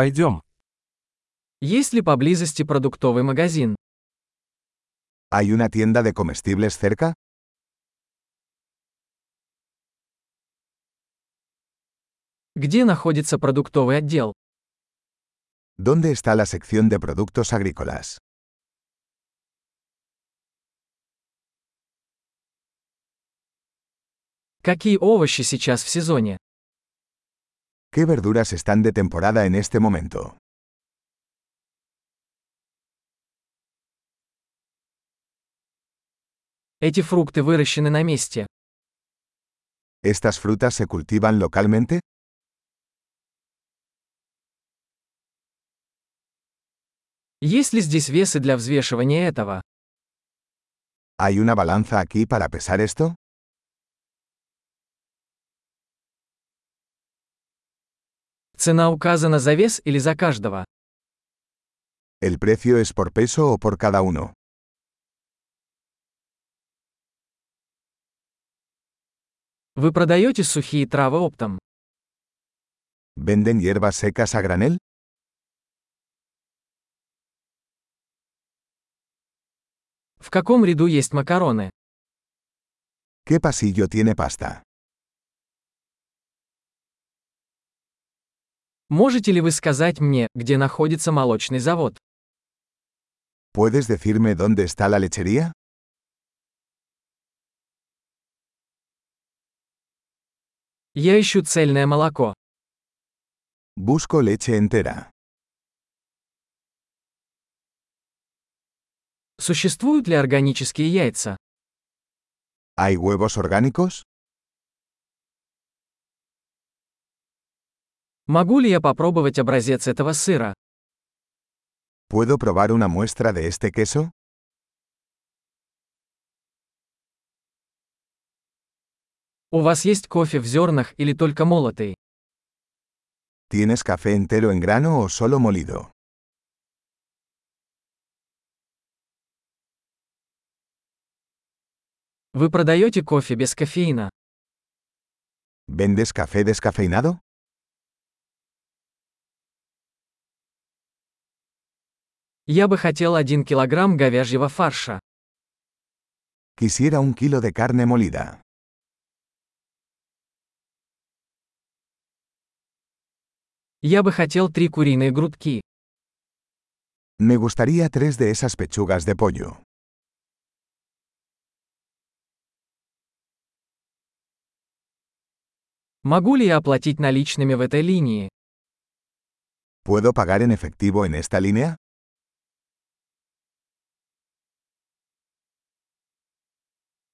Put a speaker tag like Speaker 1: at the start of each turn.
Speaker 1: Пойдем.
Speaker 2: Есть ли поблизости продуктовый магазин?
Speaker 3: ¿Hay una tienda de comestibles cerca?
Speaker 2: Где находится продуктовый отдел?
Speaker 3: ¿Dónde está la sección de productos agrícolas?
Speaker 2: Какие овощи сейчас в сезоне?
Speaker 3: ¿Qué verduras están de temporada en este momento?
Speaker 2: Эти фрукты выращены на месте.
Speaker 3: ¿Estas frutas se cultivan localmente?
Speaker 2: Есть ли здесь весы для взвешивания этого?
Speaker 3: ¿Hay una balanza aquí para pesar esto?
Speaker 2: Цена указана за вес или за каждого?
Speaker 3: ¿El precio es por peso o por cada uno?
Speaker 2: Вы продаете сухие травы оптом?
Speaker 3: ¿Venden hierbas secas a granel?
Speaker 2: В каком ряду есть макароны?
Speaker 3: ¿Qué pasillo tiene pasta?
Speaker 2: Можете ли вы сказать мне, где находится молочный завод?
Speaker 3: ¿Puedes decirme dónde está la lechería?
Speaker 2: Я ищу цельное молоко.
Speaker 3: Busco leche entera.
Speaker 2: Существуют ли органические яйца?
Speaker 3: ¿Hay huevos orgánicos?
Speaker 2: Могу ли я попробовать образец этого сыра?
Speaker 3: ¿Puedo probar una muestra de este queso?
Speaker 2: У вас есть кофе в зернах или только молотый?
Speaker 3: ¿Tienes café entero en grano o solo molido?
Speaker 2: Вы продаете кофе без кофеина?
Speaker 3: ¿Vendes café descafeinado?
Speaker 2: Я бы хотел 1 килограмм говяжьего фарша.
Speaker 3: Quisiera un kilo de carne molida.
Speaker 2: Я бы хотел 3 куриные грудки.
Speaker 3: Me gustaría tres de esas pechugas de pollo.
Speaker 2: Могу ли я оплатить наличными в этой линии?
Speaker 3: ¿Puedo pagar en efectivo en esta línea?